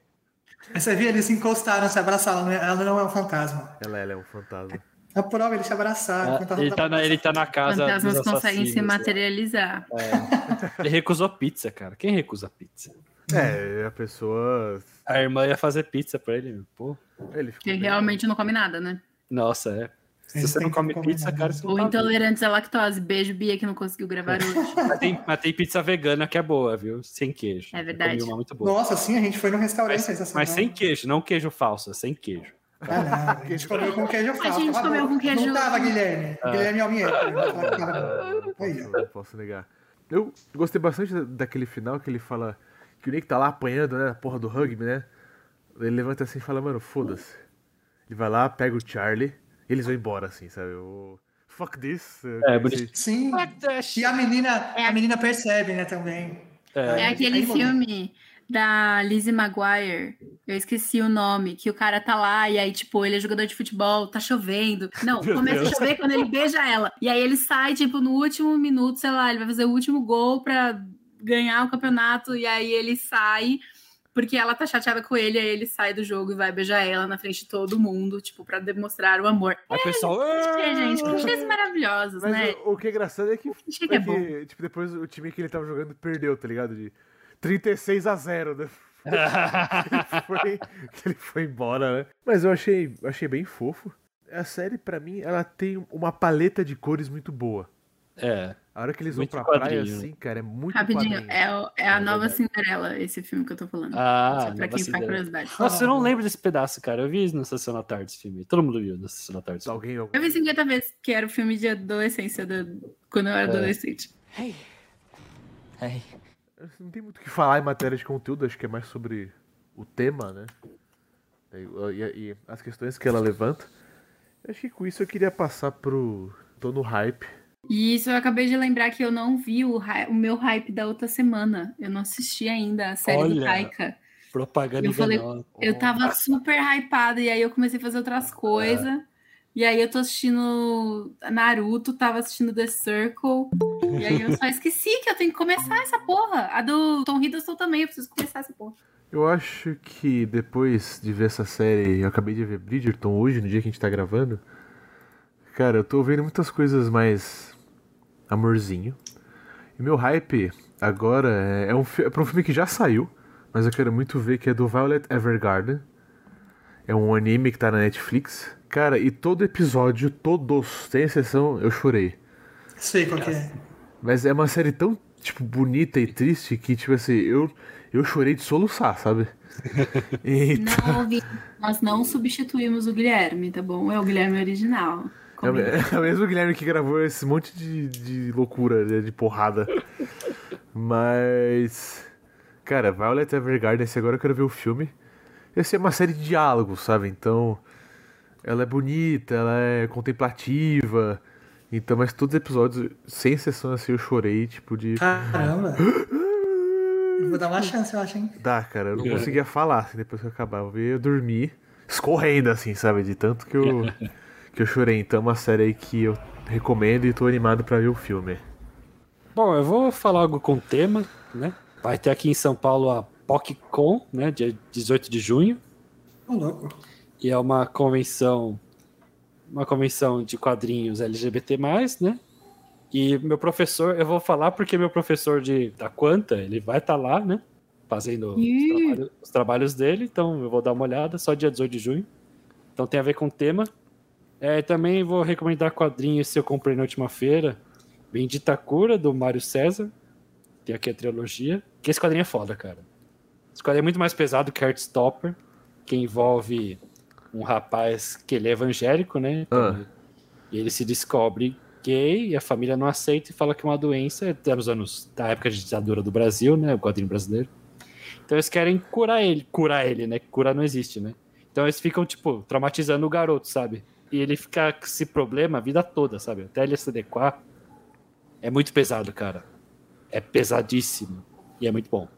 Aí você vê, eles se encostaram, se abraçaram, né? [laughs] ela não é um fantasma.
Ela, ela é um fantasma.
Na prova, ele te abraçar.
Ah,
enquanto a
ele,
Rata
tá na, ele tá na casa
Fantasmas
dos
conseguem se
assassinos, né?
materializar.
Ele recusou pizza, cara. Quem recusa pizza?
É, a pessoa.
A irmã ia fazer pizza pra ele, meu. pô.
Ele ficou
Tá
Porque
bem-
realmente não come nada, né?
Nossa, é. Se
Eles
você não
tentam
come
comer
pizza,
nada.
cara, você não
Ou
tá É. vivo.
intolerantes à lactose. Beijo, Bia, que não conseguiu gravar hoje.
mas, tem, mas tem pizza vegana que é boa, viu? Sem queijo.
É
Eu
verdade.
comi uma muito boa.
Nossa, assim, a gente foi num restaurante
Mas,
sensacional.
mas sem queijo, não queijo falso, é sem queijo.
Ah, não, a gente comeu com queijo
A
falso.
gente
tá
comeu
bom.
com queijo-
Não tava, Guilherme.
Ah.
Guilherme Almieri. Tava- tava-
Não
Aí,
posso, não posso negar. Eu gostei bastante da- daquele final que ele fala que o Nick tá lá apanhando, né? A porra do rugby, né? Ele levanta assim e fala, mano, foda-se. Ele vai lá, pega o Charlie e eles vão embora, assim, sabe? O fuck this.
É,
esse-
bonito.
Sim. E a menina,
É.
a menina percebe, né, também.
É aquele
Aí, mano.
filme da Lizzie Maguire. Eu esqueci o nome. Que o cara tá lá e aí, tipo, ele é jogador de futebol, tá chovendo. Não,
Meu
começa
Deus.
a chover quando ele beija ela. E aí ele sai, tipo, no último minuto, sei lá, ele vai fazer o último gol pra ganhar o campeonato. E aí ele sai. Porque ela tá chateada com ele, aí ele sai do jogo e vai beijar ela na frente de todo mundo, tipo, pra demonstrar o amor.
Aí o pessoal.
É, gente, clichês maravilhosos,
Mas
né?
o, o que é engraçado é que,
Clichê que é
é
bom.
que, tipo, depois o time que ele tava jogando perdeu, tá ligado? De 36 a 0,
[laughs]
né?
"Ah!"
foi, que ele foi embora, né? Mas eu achei, eu achei bem fofo. A série, pra mim, ela tem uma paleta de cores muito boa.
É.
A hora que eles
Muito
vão pra praia,
quadrinho, né?
assim, cara, é muito
Rapidinho,
quadrinho.
é, o- é a
É
nova
verdade.
Cinderela, esse filme que eu tô falando.
Ah,
Só pra
Nova
quem tá com
Cinderela.
curiosidade.
Nossa, eu não lembro desse pedaço, cara. Eu vi na sessão da tarde esse filme. Todo mundo viu na sessão da tarde.
Alguém, algum-
Eu vi 50 vezes, que era o filme de adolescência, do- quando eu era
É.
adolescente.
Hey,
Não tem muito o que falar em matéria de conteúdo, acho que é mais sobre o tema, né? E, e- e as questões que ela levanta. Eu acho que com isso eu queria passar pro. Tô no hype.
E isso eu acabei de lembrar que eu não vi o, hy- o meu hype da outra semana. Eu não assisti ainda a série do
Olha.
Taika.
Propaganda
Eu falei-
enganosa.
Eu tava super hypada, e aí eu comecei a fazer
É.
outras coisas. E aí eu tô assistindo Naruto, tava assistindo The Circle. E aí eu só esqueci que eu tenho que começar essa porra. A do Tom Hiddleston também, eu preciso começar essa porra.
Eu acho que depois de ver essa série, eu acabei de ver Bridgerton hoje, no dia que a gente tá gravando. Cara, eu tô ouvindo muitas coisas mais amorzinho. E meu hype agora é, é um, fi- é pra um filme que já saiu, mas eu quero muito ver, que é do Violet Evergarden. É um anime que tá na Netflix. Cara, e todo episódio, todos, sem exceção, eu chorei.
Sei qual que é.
Mas é uma série tão, tipo, bonita e triste que, tipo assim, eu, eu chorei de soluçar, sabe? E
Não ouvi. Nós não substituímos o Guilherme, tá bom? É o Guilherme original.
É o, me-
Combina.
é o mesmo Guilherme que gravou esse monte de, de loucura, né, de porrada. Mas. Cara, Violet Evergarden, esse agora eu quero ver o filme. Esse é uma série de diálogos, sabe? Então. Ela é bonita, ela é contemplativa. Então, mas todos os episódios, sem exceção assim, eu chorei, tipo, de.
Ah, Caramba. Eu Vou dar uma chance, eu acho, hein?
Dá, cara, eu não conseguia falar assim, depois que eu acabava. Eu ia dormir escorrendo, assim, sabe? De tanto que
[laughs]
eu, que eu chorei. Então, é uma série aí que eu recomendo e tô animado pra ver o filme.
Bom, eu vou falar algo com tema, né? Vai ter aqui em São Paulo a PocCon, né? Dia 18 de junho.
Ô, louco.
E é uma convenção. Uma convenção de quadrinhos LGBT, né? E meu professor, eu vou falar porque meu professor de, da Quanta, ele vai estar lá, né? Fazendo os,
Ih.
trabalho- os trabalhos dele, então eu vou dar uma olhada, só dia 18 de junho. Então tem a ver com o tema. É, também vou recomendar quadrinhos se eu comprei na última feira. Bendita Cura, do Mário César. Tem aqui a trilogia. Que esse quadrinho é foda, cara. Esse quadrinho é muito mais pesado que Heartstopper, que envolve um rapaz que ele é evangélico, né?
Ah.
E ele se descobre gay e a família não aceita e fala que é uma doença. Até nos anos da época de ditadura do Brasil, né? O quadrinho brasileiro. Então eles querem curar ele, curar ele, né? Curar não existe, né? Então eles ficam, tipo, traumatizando o garoto, sabe? E ele fica com esse problema a vida toda, sabe? Até ele se adequar. É muito pesado, cara. É pesadíssimo. E é muito bom.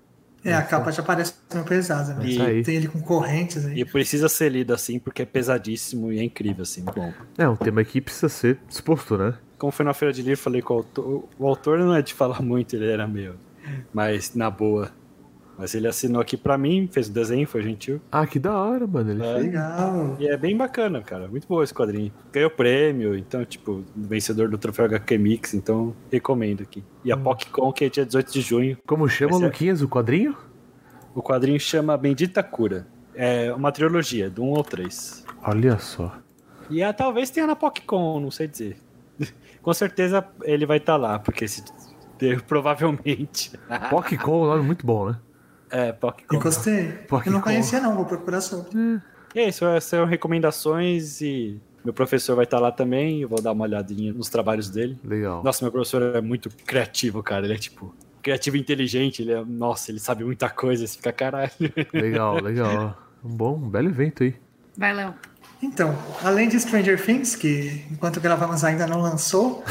É, a capa já parece uma pesada, né?
É isso aí.
Tem ele com correntes aí.
E precisa ser lido assim, porque é pesadíssimo e é incrível, assim, muito bom.
É, um tema que precisa ser exposto, né?
Como foi na feira de [laughs] livro, falei com o autor. O autor não é de falar muito, ele era meio. Mas na boa. Mas ele assinou aqui pra mim, fez o desenho, foi gentil.
Ah, que da hora, mano. Ele
É.
fez.
Legal.
E é bem bacana, cara. Muito bom esse quadrinho. Ganhou prêmio, então, tipo, vencedor do troféu HQ Mix, então recomendo aqui. E a PocCon, que é dia 18 de junho.
Como chama,
Esse é-
Luquinhas, o quadrinho?
O quadrinho chama Bendita Cura. É uma trilogia, do 1 ao 3.
Olha só.
E ah, talvez tenha na PocCon, não sei dizer. [laughs] Com certeza ele vai estar lá, porque se [laughs] provavelmente.
Pokécon, nome muito bom, né?
É, PocCon.
Encostei.
Pô, que
Eu não
bom.
conhecia, não. Vou procurar sobre.
E é isso, essas são recomendações e meu professor vai estar lá também, eu vou dar uma olhadinha nos trabalhos dele.
Legal.
Nossa, meu professor é muito criativo, cara, ele é tipo criativo e inteligente, ele é, nossa, ele sabe muita coisa, você fica caralho.
Legal, legal. Um bom, um belo evento aí.
Vai, Léo.
Então, além de Stranger Things, que enquanto gravamos ainda não lançou,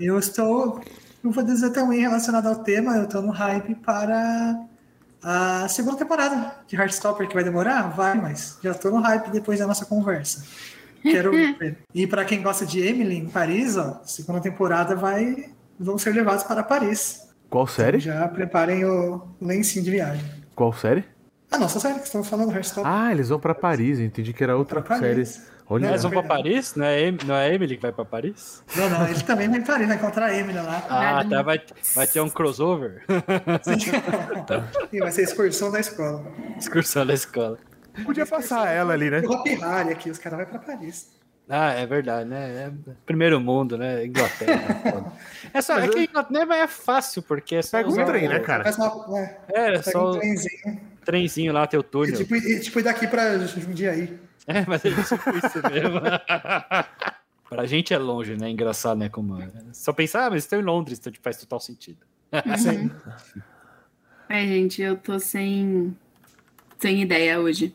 eu estou, não vou dizer também relacionado ao tema, eu estou no hype para a segunda temporada de Heartstopper, que vai demorar? Vai, mas já estou no hype depois da nossa conversa. Quero ver. E para quem gosta de Emily em Paris, ó, segunda temporada vai vão ser levados para Paris.
Qual série?
Já preparem o lencinho de viagem.
Qual série?
Ah, nossa série que estamos falando, Heartstopper.
Ah, eles vão pra Paris. Eu entendi que era outra
Pra
série.
Paris.
Olha,
Mas vão pra
verdade.
Paris? Não é, Em- não é a Emily que vai pra Paris?
Não, não, ele também vai em Paris, vai encontrar a Emily lá.
Ah,
Nada.
tá, vai, vai ter um crossover. [laughs]
E vai ser a excursão da escola.
Excursão da escola.
podia passar ela ali, né?
O Hopi Hari É aqui, os caras vão pra Paris.
Ah, é verdade, né? É primeiro mundo, né? Inglaterra. foda. é só, é que Inglaterra é fácil, porque é só
Pega um
usar
trem, né, cara?
Faz uma, é,
É, é
pega
só
um
o
trenzinho.
trenzinho lá, teu
E,
túnel.
tipo, e, tipo, daqui pra Jundiaí.
É, mas é tipo isso mesmo. [laughs] pra gente é longe, né? Engraçado, né? Como... Só pensar, ah, mas estão em Londres, então tipo, faz total sentido.
Sim.
É, gente, eu tô sem, sem ideia hoje.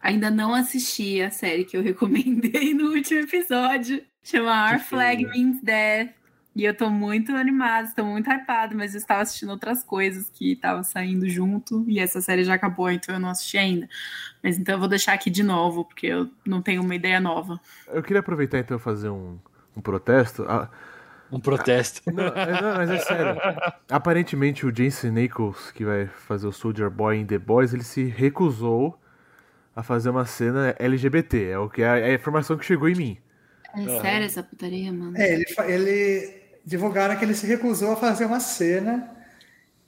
Ainda não assisti a série que eu recomendei no último episódio. Chama Our Flag Means Death. E eu tô muito animada, tô muito hypada, mas eu estava assistindo outras coisas que estavam saindo junto. E essa série já acabou, então eu não assisti ainda. Mas então eu vou deixar aqui de novo, porque eu não tenho uma ideia nova.
Eu queria aproveitar então e fazer um, um protesto. Ah,
Um protesto.
não, é- não, mas é sério. Aparentemente o Jason Nichols, que vai fazer o Soldier Boy em The Boys, ele se recusou a fazer uma cena LGBT. É o que é a informação que chegou em mim.
É sério essa putaria, mano?
É, ele, fa- ele divulgaram que ele se recusou a fazer uma cena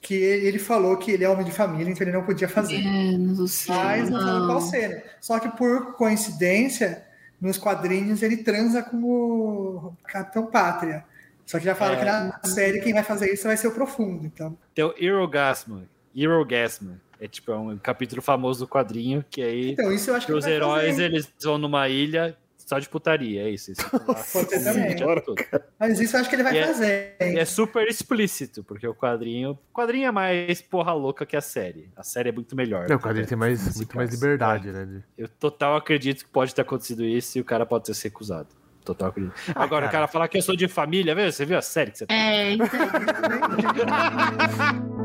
que ele falou que ele é homem de família, então ele não podia fazer.
Mano do céu,
Mas não falando qual
não.
cena. Só que por coincidência, nos quadrinhos ele transa com o Capitão Pátria. Só que já falaram
É.
que na série quem vai fazer isso vai ser o Profundo. Então,
Então, Eurogasmo. Eurogasmo. É tipo é um capítulo famoso do quadrinho, que aí
então isso eu acho que
os
ele vai fazer,
heróis
hein?
eles vão numa ilha só de putaria, é isso. isso.
Pode ser também.
Tudo.
Mas isso eu acho que ele vai
E é-
fazer.
E
hein?
é super explícito, porque o quadrinho. O quadrinho é mais porra louca que a série. A série é muito melhor.
É, o quadrinho tem mais,
Nesse
muito mais
caso.
liberdade, né? de-
Eu total acredito que pode ter acontecido isso e o cara pode ter se recusado. Total acredito. Agora,
Ah, cara.
o cara falar que eu sou de família, viu? Você viu a série que você tá.
É, então.